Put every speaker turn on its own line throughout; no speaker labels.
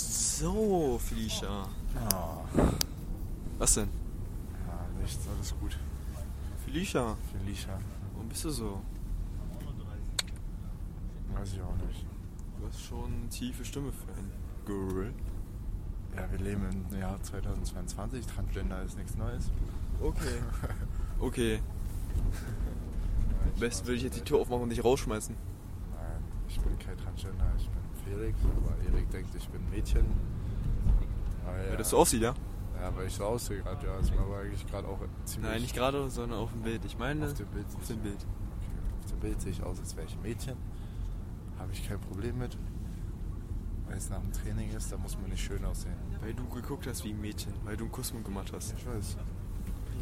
so, Felicia.
Ah,
Was denn?
ah, nichts, alles gut.
Felicia,
Felicia.
warum bist du so?
Weiß ich auch nicht.
Du hast schon eine tiefe Stimme für ein Girl.
Ja, wir leben im Jahr 2022. Transgender ist nichts Neues.
Okay. Okay. Am besten würde ich jetzt die Tür aufmachen und dich rausschmeißen.
Nein, ich bin kein Transgender, ich bin Felix, aber Erik denkt, ich bin Mädchen. Weil,
Weil das so aussieht, ja?
Ja, weil ich so aussehe gerade, ja. Ist mir aber eigentlich gerade auch ziemlich.
Nein, nicht gerade, sondern auf dem Bild. Ich meine,
Auf dem Bild.
Auf dem Bild.
Okay, Auf dem Bild sehe ich aus, als wäre ich ein Mädchen. Habe ich kein Problem mit. Wenn es nach dem Training ist, dann muss man nicht schön aussehen.
Weil du geguckt hast wie ein Mädchen, weil du einen Kussmund gemacht hast.
Ich weiß.
Kann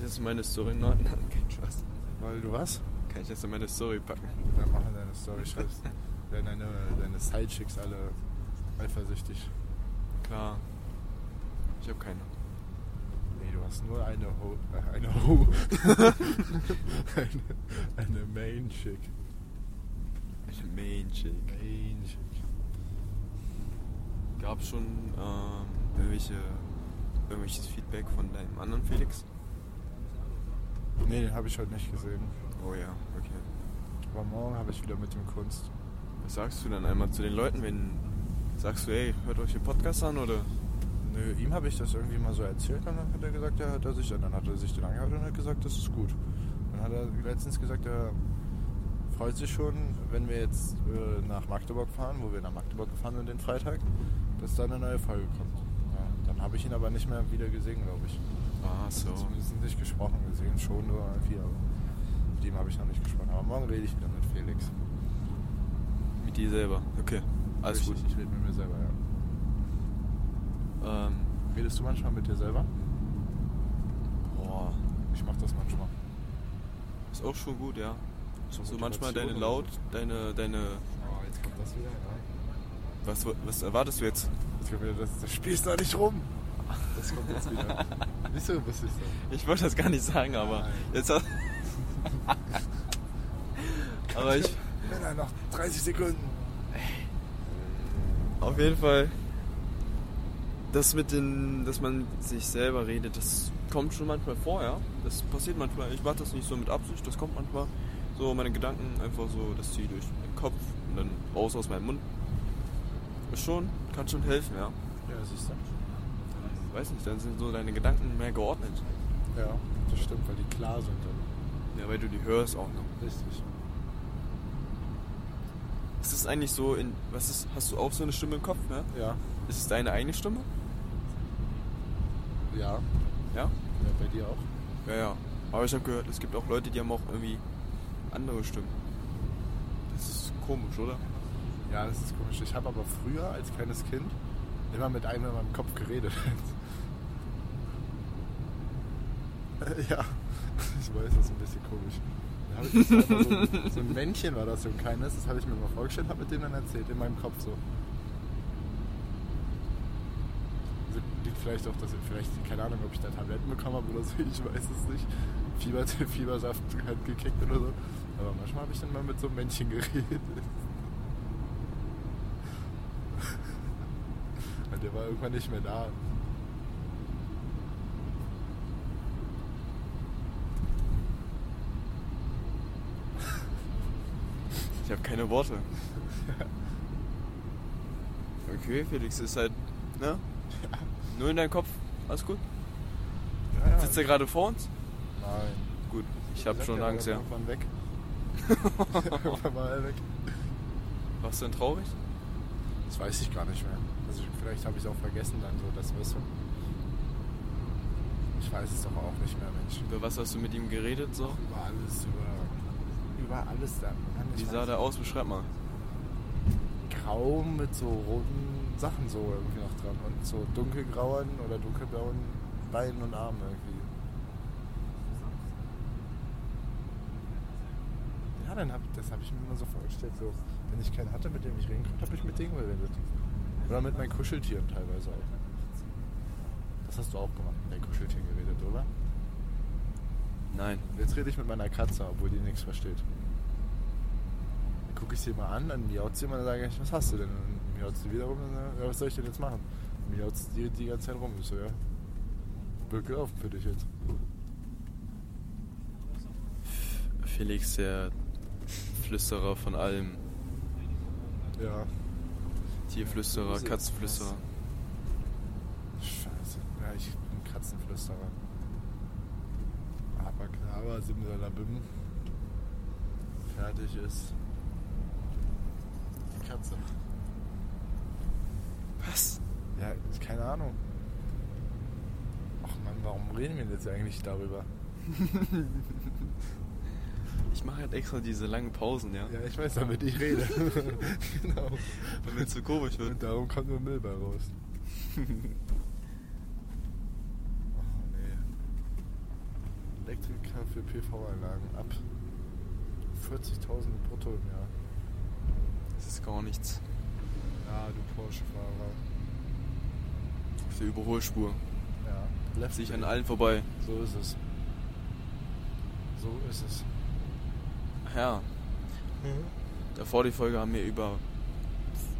ich das in meine Story nein, nein, kein Spaß.
Weil du was?
Kann ich das in meine Story packen?
Dann machen deine Story, schreibst deine, deine Sidechicks alle eifersüchtig.
Klar. Ich habe keine.
Nee, du hast nur eine Ho. Äh, eine Ho. eine, eine Main Chick.
Eine Main Chick.
Main Chick.
Gab schon ähm, irgendwelche, irgendwelches Feedback von deinem anderen Felix?
Nee, den habe ich heute nicht gesehen.
Oh ja, okay.
Aber morgen habe ich wieder mit dem Kunst.
Was sagst du dann einmal zu den Leuten, wenn sagst du, hey, hört euch den Podcast an oder?
Nö, ihm habe ich das irgendwie mal so erzählt und dann hat er gesagt, ja, hört er sich an. Dann hat er sich den angehört und hat gesagt, das ist gut. Dann hat er letztens gesagt, er freut sich schon, wenn wir jetzt äh, nach Magdeburg fahren, wo wir nach Magdeburg gefahren sind den Freitag, dass da eine neue Folge kommt. Ja, dann habe ich ihn aber nicht mehr wieder gesehen, glaube ich.
Ah so.
Zumindest nicht gesprochen, gesehen schon nur viel, aber mit ihm habe ich noch nicht gesprochen. Aber morgen rede ich wieder mit Felix.
Mit dir selber. Okay. Alles
ich,
gut.
Ich rede mit mir selber, ja.
Ähm,
Redest du manchmal mit dir selber?
boah,
Ich mache das manchmal.
ist auch schon gut, ja.
Zur
So manchmal deine
Motivation
Laut,
oder
deine, deine.
Oh, jetzt kommt das wieder, ja.
Was, was erwartest du jetzt?
Jetzt kommt wieder das, das Spiel ist noch nicht rum. Das kommt jetzt wieder. Wieso bist du so?
Ich wollte das gar nicht sagen, aber
Nein.
jetzt hat. aber ich.
Männer, noch 30 Sekunden.
Auf jeden Fall. Das mit den, dass man mit sich selber redet, das kommt schon manchmal vor, ja. Das passiert manchmal. Ich mache das nicht so mit Absicht, das kommt manchmal. So meine Gedanken einfach so, dass die durch meinen Kopf und dann raus aus meinem Mund. Ist schon, kann schon helfen, ja.
Ja, das ist dann.
Weiß nicht, dann sind so deine Gedanken mehr geordnet.
Ja, das stimmt, weil die klar sind. Dann.
Ja, weil du die hörst auch noch.
Richtig.
Ist es eigentlich so in, was ist, hast du auch so eine Stimme im Kopf, ne?
Ja.
Ist es deine eigene Stimme?
Ja. Ja,
Ja?
bei dir auch.
Ja, ja. Aber ich habe gehört, es gibt auch Leute, die haben auch irgendwie andere Stimmen. Das ist komisch, oder?
Ja, das ist komisch. Ich habe aber früher als kleines Kind immer mit einem in meinem Kopf geredet. ja, ich weiß, das ist ein bisschen komisch. Da hab ich das einfach so, so ein Männchen war das, so ein kleines, das habe ich mir mal vorgestellt, habe mit dem dann erzählt, in meinem Kopf so. Also liegt vielleicht auch, dass ich vielleicht, keine Ahnung, ob ich da Tabletten bekommen habe oder so, ich weiß es nicht. Fieber, Fiebersaft halt gekickt oder so. Aber manchmal habe ich dann mal mit so einem Männchen geredet. Und der war irgendwann nicht mehr da.
Ich habe keine Worte. Okay, Felix, ist halt, ne? Nur in deinem Kopf. Alles gut?
Ja, ja.
Sitzt er gerade vor uns?
Nein.
Gut, ich
Wie
habe
gesagt,
schon
der war
Angst,
dann
ja.
Irgendwann weg. irgendwann war er weg.
Warst du denn traurig?
Das weiß ich gar nicht mehr. Also vielleicht habe ich es auch vergessen dann so, das Wissen. Ich weiß es doch auch nicht mehr, Mensch.
Über was hast du mit ihm geredet so?
Über alles, über, über alles ne? da. Mann, ich
Wie sah
weiß
der aus? Beschreib mal.
grau mit so roten Sachen so irgendwie noch dran und so dunkelgrauen oder dunkelblauen Beinen und Armen irgendwie. Ja, dann hab, das habe ich mir immer so vorgestellt, so wenn ich keinen hatte, mit dem ich reden konnte, habe ich mit denen geredet. Oder mit meinen Kuscheltieren teilweise auch. Das hast du auch gemacht, mit deinen Kuscheltieren geredet, oder?
Nein.
Jetzt rede ich mit meiner Katze, obwohl die nichts versteht. Dann gucke ich sie mal an, dann miaut sie mal, dann sage ich, was hast du denn? Und Dann miaut sie wiederum, dann sage ich, ja, was soll ich denn jetzt machen? miaut die, die ganze Zeit rum. Ich so, ja, Glück gelaufen für dich jetzt.
Felix, der Flüsterer von allem.
Ja,
Tierflüsterer, Katzenflüsterer.
scheiße. Ja, ich bin Katzenflüsterer. Aber klar, Simsalabim. Fertig ist. Die Katze.
Was?
Ja, ist keine Ahnung. Ach Mann, warum reden wir jetzt eigentlich darüber?
Ich mache halt extra diese langen Pausen, ja?
Ja, ich weiß, damit ich rede. genau.
Damit es so komisch wird.
Und darum kommt nur Müll bei raus. Oh nee. Elektriker für PV-Anlagen ab 40.000 brutto im Jahr.
Das ist gar nichts.
Ja, du Porsche-Fahrer.
Auf der Überholspur.
Ja. Left
Sich
lane.
an allen vorbei.
So ist es. So ist es.
Ach Ja, Mhm. davor die Folge haben wir über,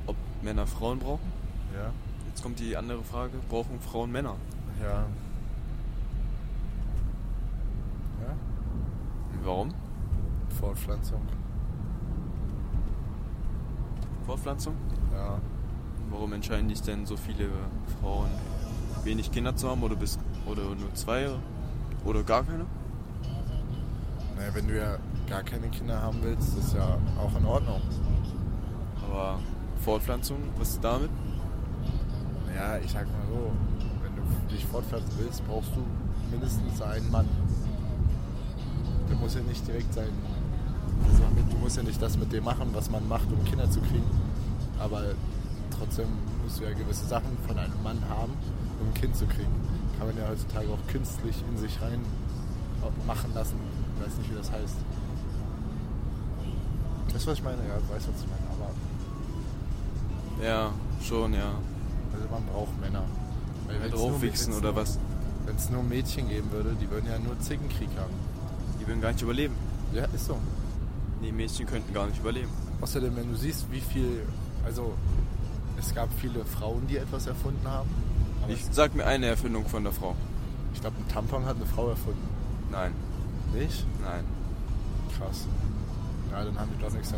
ob Männer Frauen brauchen.
Ja.
Jetzt kommt die andere Frage, brauchen Frauen Männer?
Ja. Ja?
Warum?
Fortpflanzung.
Fortpflanzung?
Ja.
Warum entscheiden dich denn so viele Frauen, wenig Kinder zu haben oder, bis, oder nur zwei oder gar keine?
Naja, wenn du ja gar keine Kinder haben willst, ist ja auch in Ordnung.
Aber Fortpflanzung, was ist damit?
Ja, ich sag mal so, wenn du dich fortpflanzen willst, brauchst du mindestens einen Mann. Der muss ja nicht direkt sein. Also mit- Du musst ja nicht das mit dem machen, was man macht, um Kinder zu kriegen. Aber trotzdem musst du ja gewisse Sachen von einem Mann haben, um ein Kind zu kriegen. Kann man ja heutzutage auch künstlich in sich rein machen lassen. Ich weiß nicht, wie das heißt. Das, was ich meine, ja, du weißt, was ich meine. Aber
Ja, schon, ja.
also man braucht Männer. Weil
Halt
wenn's nur-
draufwichsen
wenn's
oder
nur-
was?
Wenn es nur Mädchen geben würde, die würden ja nur Zickenkrieg haben.
Die würden gar nicht überleben.
Ja, ist so.
Nee, Mädchen könnten gar nicht überleben.
Außerdem, wenn du siehst, wie viel. Also, es gab viele Frauen, die etwas erfunden haben. Aber
Ich
ich
sag mir eine Erfindung von der Frau.
ich glaube, ein Tampon hat eine Frau erfunden.
Nein,
Nicht?
nein.
Krass. Ja, dann haben die doch nichts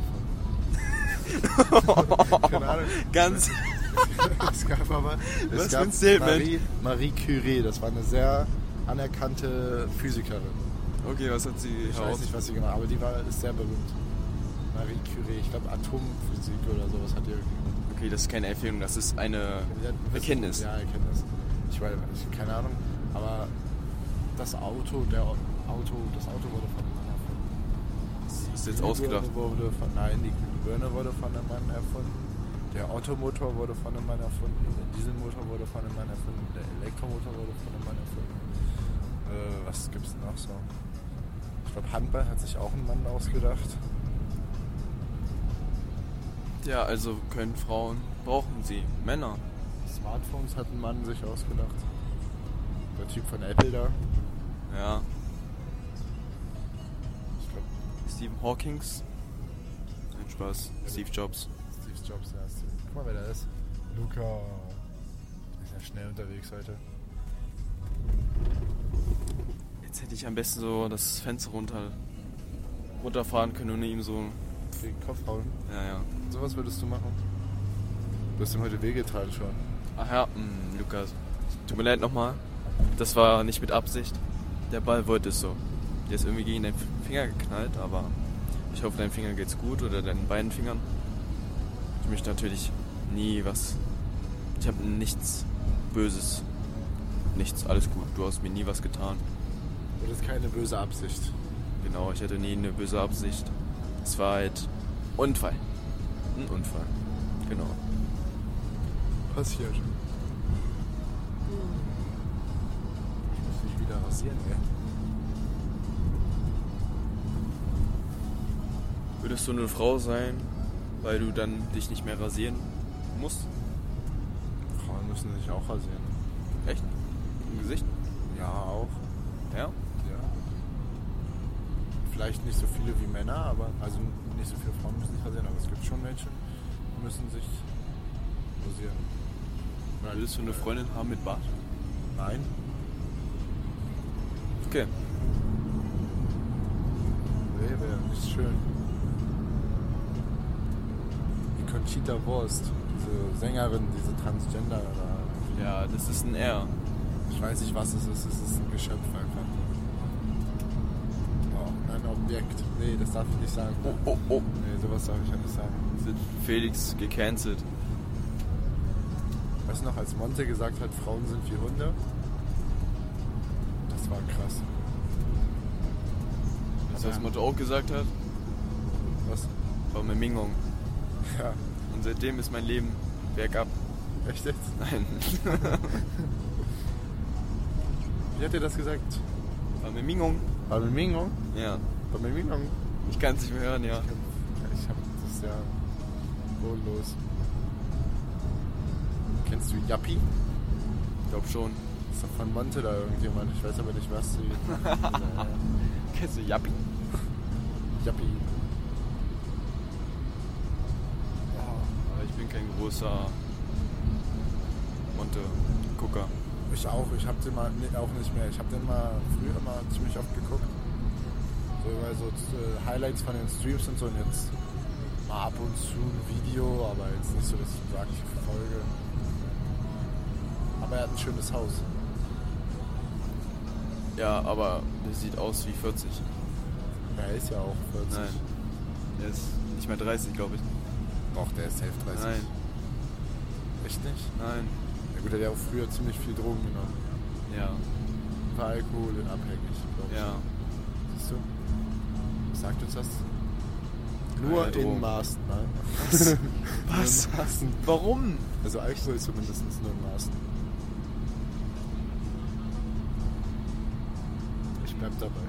erfunden. Keine Ahnung.
Ganz.
es gab aber. Es
Was für
gab
ein Statement.
Marie, Marie Curie, das war eine sehr anerkannte Physikerin.
Okay, was hat sie
Ich
heraus?
weiß nicht, was sie gemacht hat, aber die war, ist sehr berühmt. Marie Curie, ich glaube Atomphysik oder sowas hat die irgendwie.
Okay, das ist keine Erfindung, das ist eine
die hat ein Wissen-
Erkenntnis.
Ja, Erkenntnis. Ich weiß, ich, keine Ahnung, aber das Auto, der Au- Auto, das Auto wurde von einem Mann erfunden.
Das ist jetzt
Die
ausgedacht.
Birne Wurde von, nein, die Birne wurde von einem Mann erfunden. Der Ottomotor wurde von einem Mann erfunden. Der Dieselmotor wurde von einem Mann erfunden. Der Elektromotor wurde von einem Mann erfunden. Äh, was gibt's noch so? Ich glaube, Handball hat sich auch ein Mann ausgedacht.
Ja, also können Frauen, brauchen sie Männer.
Smartphones hat ein Mann sich ausgedacht. Der Typ von Apple da.
Ja,
Ich glaube,
Stephen Hawkings. Nein, Spaß. Steve Jobs.
Steve Jobs der erste. Guck mal, wer da ist. Luca. Ist ja schnell unterwegs heute.
Jetzt hätte ich am besten so das Fenster runter runterfahren können und ihm so.
Gegen den Kopf hauen.
Ja, ja.
Sowas würdest du machen. Du hast ihm heute wehgetan schon.
Ach ja, mh, Lukas. Tut mir leid nochmal. Das war nicht mit Absicht. Der Ball wollte es so. Der ist irgendwie gegen deinen Finger geknallt, aber ich hoffe, deinen Fingern geht's gut oder deinen beiden Fingern. Ich möchte natürlich nie was. Ich habe nichts Böses. Nichts, alles gut. Du hast mir nie was getan.
Das ist keine böse Absicht.
Genau, ich hatte nie eine böse Absicht. Es war halt Unfall. Ein Unfall. Hm? Genau.
Passiert. Ich muss mich wieder rasieren, ey.
Würdest du eine Frau sein, weil du dann dich nicht mehr rasieren musst?
Frauen müssen sich auch rasieren.
Echt? Im Gesicht?
Ja, auch.
Ja.
Ja. Vielleicht nicht so viele wie Männer, aber also nicht so viele Frauen müssen sich rasieren, aber es gibt schon Menschen, die müssen sich rasieren.
Würdest du eine Freundin haben mit Bart?
Äh, Nein.
Okay.
Nee, wäre nicht schön. Die Conchita Wurst, diese Sängerin, diese Transgender oder
Ja, das ist ein R.
ich weiß nicht was es ist, es ist ein Geschöpf einfach. Oh, ein Objekt. Nee, das darf ich nicht sagen.
Oh, oh, oh.
Nee, sowas darf ich ja nicht sagen.
Sind Felix gecancelt.
Weißt du noch, als Monte gesagt hat, Frauen sind wie Hunde? Das war krass.
Das was Motto auch gesagt hat,
Was?
war mein Mingong.
Ja,
Und seitdem ist mein Leben bergab.
echt jetzt?
Nein.
Wie hat er das gesagt?
war mein Mingong.
Bei Mingo?
Ja.
Bei Mingo?
Ich kann es nicht mehr hören, ja.
Ich hab das ja wohllos. Kennst du Yappi?
Ich glaube schon.
Ist doch von Monte da irgendjemand. Ich weiß aber nicht was. Die, äh,
Kennst du Jappi?
Yappi.
Aber ich bin kein großer Monte-Gucker.
Ich auch. Ich hab den mal nee, auch nicht mehr. Ich hab den mal früher mal ziemlich oft geguckt. So immer so äh, Highlights von den Streams und so. Und jetzt mal ab und zu ein Video, aber jetzt nicht so, dass ich sage, ich verfolge. Aber er hat ein schönes Haus.
Ja, aber der sieht aus wie 40.
Er ist ja auch 40.
Nein. Der ist nicht mehr 30, glaube ich.
Doch, der ist safe 30.
Nein,
Echt nicht?
nein.
Ja gut, er hat ja auch früher ziemlich viel Drogen genommen.
Ja,
War alkoholabhängig, glaube ich.
ja.
Siehst du? Was sagt uns das? Nur
Keine
in
Drogen.
Maßen, nein.
Was?
Was? Nur in Maßen.
Warum?
Also Alkohol zumindest nur in Maßen. Ich bleib dabei.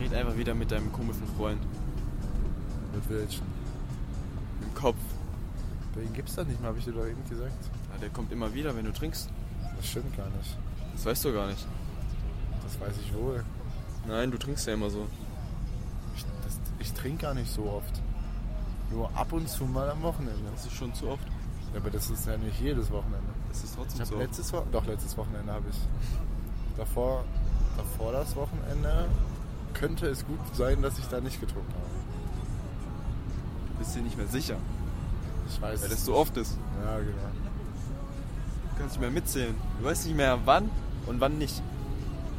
Red einfach wieder mit deinem komischen Freund.
Mit welchen?
Im Kopf.
Den gibt's da nicht mal, habe ich dir doch eben gesagt.
Ja, der kommt immer wieder, wenn du trinkst.
Das stimmt gar nicht.
Das weißt du gar nicht.
Das weiß ich wohl.
Nein, du trinkst ja immer so.
Ich, das, ich trinke gar nicht so oft. Nur ab und zu mal am Wochenende.
Das ist schon zu oft.
Ja, aber das ist ja nicht jedes Wochenende.
Das ist
Ich
trotzdem
habe
zu oft.
letztes Wochenende, doch letztes Wochenende habe ich. Davor, davor das Wochenende könnte es gut sein, dass ich da nicht getrunken habe.
Bist dir nicht mehr sicher,
Ich weiß.
weil
es
das so
nicht.
oft ist.
Ja, genau.
Du kannst nicht mehr mitzählen. Du weißt nicht mehr wann und wann nicht.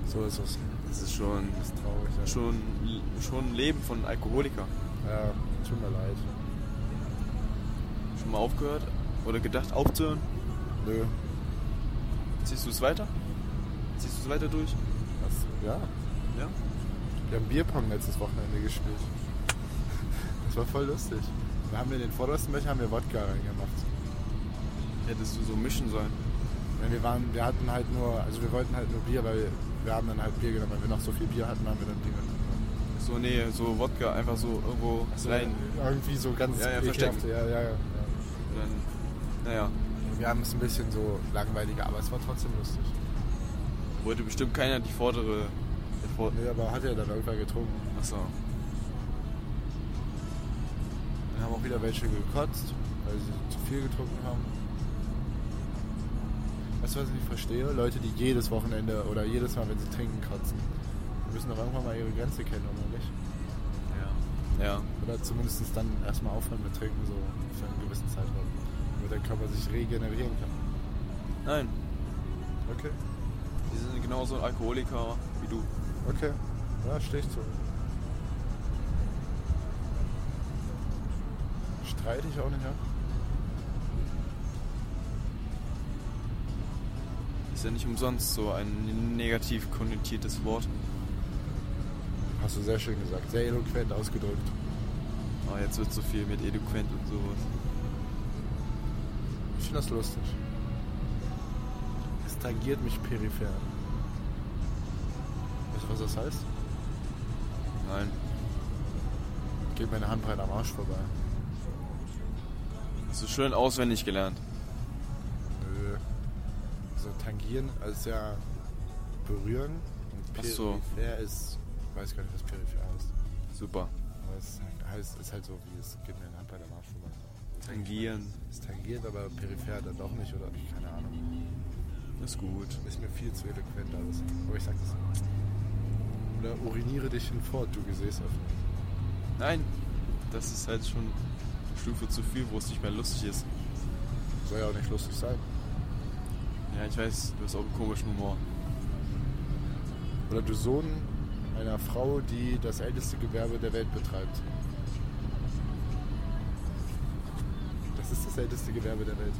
So ist es.
Das ist schon
Das ist traurig. Ja.
schon schon ein Leben von Alkoholiker.
Ja, tut mir leid.
Schon mal aufgehört oder gedacht aufzuhören?
Nö.
Ziehst du es weiter? Ziehst du es weiter durch?
Was? Ja.
Ja.
Wir haben Bierpong letztes Wochenende gespielt. Das war voll lustig. Da haben wir in den vordersten Becher haben wir Wodka reingemacht.
Hättest du so mischen sollen.
Weil wir waren, wir hatten halt nur, also wir wollten halt nur Bier, weil wir, wir haben dann halt Bier genommen. Weil wir noch so viel Bier hatten, haben wir dann Bier genommen.
So nee, so Wodka einfach so irgendwo
So,
rein.
Irgendwie so ganz
Ja, ja,
ekelhaft.
verstecken.
Ja, ja, ja.
Und Dann, naja,
Wir haben es ein bisschen so langweiliger, aber es war trotzdem lustig.
wollte bestimmt keiner die vordere. die vor-
Nee, aber hat ja dann irgendwann getrunken.
Achso.
Dann haben auch wieder welche gekotzt, weil sie zu viel getrunken haben. Weißt du, was ich nicht verstehe? Leute, die jedes Wochenende oder jedes Mal, wenn sie trinken, kotzen. Die müssen doch irgendwann mal ihre Grenze kennen, oder nicht?
Ja. Ja.
Oder zumindest dann erstmal aufhören mit Trinken, so für einen gewissen Zeitraum. Damit der Körper sich regenerieren kann.
Nein.
Okay.
Die sind genauso Alkoholiker wie du.
Okay. Ja, stehe ich zu. Streite ich auch nicht, ja?
Ist ja nicht umsonst so ein negativ konnotiertes Wort.
Hast du sehr schön gesagt. Sehr eloquent ausgedrückt.
Aber Oh, jetzt wird so viel mit eloquent und sowas.
Ich finde das lustig. Es tangiert mich peripher. Weißt du, was das heißt?
Nein.
Geht meine Handbreit am Arsch vorbei.
Hast du schön auswendig gelernt.
Nö. So tangieren als ja berühren. Und
Ach so.
peripher ist. Ich weiß gar nicht, was peripher heißt.
Super.
halt Aber es heißt, ist halt so, wie es geht mir in Handball am Arsch vorbei.
Tangieren.
Es tangiert, aber peripher dann doch nicht, oder? Keine Ahnung.
Ist gut.
Ist mir viel zu eloquent alles. Aber ich sag das. Oder uriniere dich hinfort, du Gesäßöffner.
Nein, das ist halt schon Stufe zu viel, wo es nicht mehr lustig ist.
Soll ja auch nicht lustig sein.
Ja, ich weiß, du hast auch einen komischen Humor.
Oder du Sohn einer Frau, die das älteste Gewerbe der Welt betreibt. Das ist das älteste Gewerbe der Welt.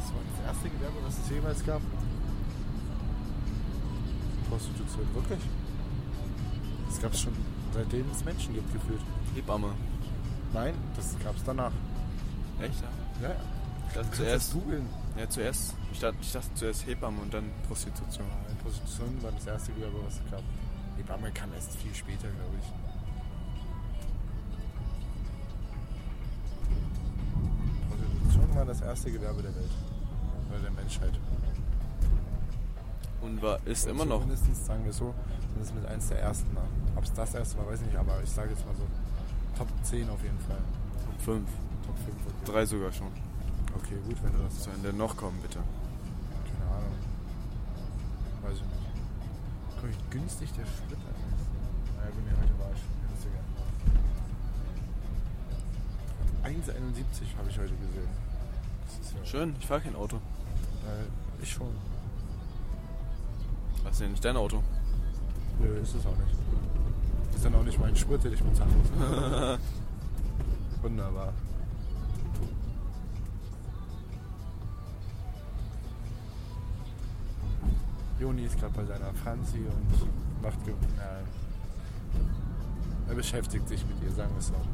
Das war das erste Gewerbe, was es jemals gab. Prostitution, wirklich? Das gab es schon seitdem es Menschen gibt, gefühlt.
Hebamme.
Nein, das gab es danach.
Echt? Ja,
Ja,
Ich dachte
zuerst
zuerst,
googeln.
ja, zuerst, ich dachte, ich dachte zuerst Hebamme und dann Prostitution.
Nein, Prostitution war das erste Gewerbe, was es gab. Hebamme kam erst viel später, glaube ich. Prostitution war das erste Gewerbe der Welt. Oder der Menschheit.
Und war, ist immer noch.
Mindestens sagen wir es so, das ist mit eins der ersten. Ob es das erste war, weiß ich nicht, aber ich sage jetzt mal so Top 10 auf jeden Fall.
Fünf.
Top 5. Okay,
Drei sogar schon.
okay gut, wenn du das
Zu Ende noch kommen, bitte.
Keine Ahnung. Weiß ich nicht. Guck, wie günstig der Sprit eigentlich ist. Naja, gut, nee, heute war ich schon günstiger. 1,71 habe ich heute gesehen. Das ist ja
Schön, ich fahre kein Auto.
Äh, ich schon.
Was ist denn nicht dein Auto?
Nö, ist es auch nicht. Ist dann auch nicht mein Sprit, den ich bezahlen muss. Wunderbar. Joni ist gerade bei seiner Franzi und macht. Ge ja. Er beschäftigt sich mit ihr, sagen wir es so.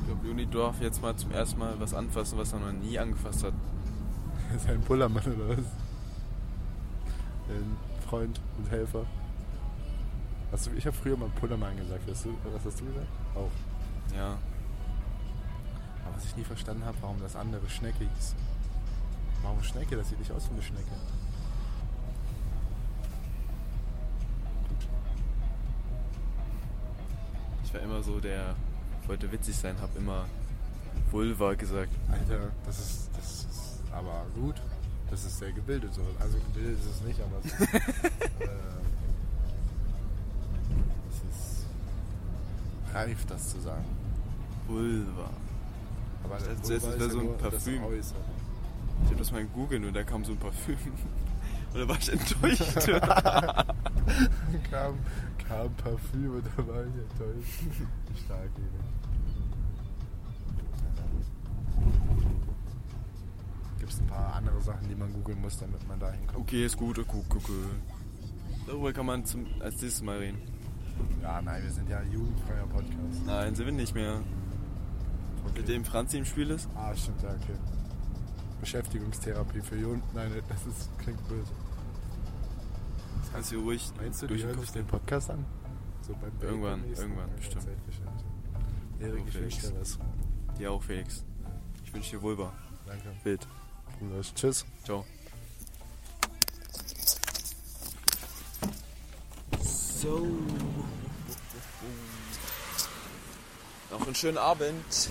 Ich glaube, Juni darf jetzt mal zum ersten Mal was anfassen, was er noch nie angefasst hat.
Sein Pullermann oder was? Ein Freund und Helfer. Hast du, ich habe früher mal Pullermann gesagt. Hast du, was hast du gesagt? Auch.
Ja.
Aber was ich nie verstanden habe, warum das andere Schnecke hieß. Warum Schnecke? Das sieht nicht aus wie eine Schnecke.
Ich war immer so der, wollte witzig sein, hab immer Vulva gesagt.
Alter, das ist, das ist aber gut. Das ist sehr gebildet. So. Also gebildet ist es nicht, aber es ist, äh, es ist reif, das zu sagen.
Vulva.
Aber
Ich dachte
das
zuerst,
Vulva
das wäre so
ist ja
ein
nur das
Parfüm.
Äußere.
Ich hab das mal gegoogelt und da kam so ein Parfüm. Und da war ich enttäuscht.
kam, kam Parfüm und da war ich enttäuscht. Stark, Junge. Gibt es ein paar andere Sachen, die man googeln muss, damit man da hinkommt?
okay, ist gut, okay, okay. Darüber kann man zum, als nächstes Mal reden.
Ja, nein, wir sind ja ein jugendfreier Podcast.
Nein, sind wir nicht mehr.
Okay.
Mit dem Franzi im Spiel ist?
Ah, stimmt, ja, okay. Beschäftigungstherapie für Jugend. Nein, das ist, klingt böse.
Das kannst du dir ruhig
Meinst du,
durch
die
den
hören
Kopf
sich den Podcast an? So beim Bacon
Irgendwann,
lesen?
irgendwann,
Ja,
bestimmt.
selbstverständlich. Erik, ich
Okay.
wünsche dir was.
Dir auch, Felix. Ich wünsche dir Vulva.
Danke.
Bild.
Bruder. Tschüss.
Ciao.
So. Noch einen schönen Abend.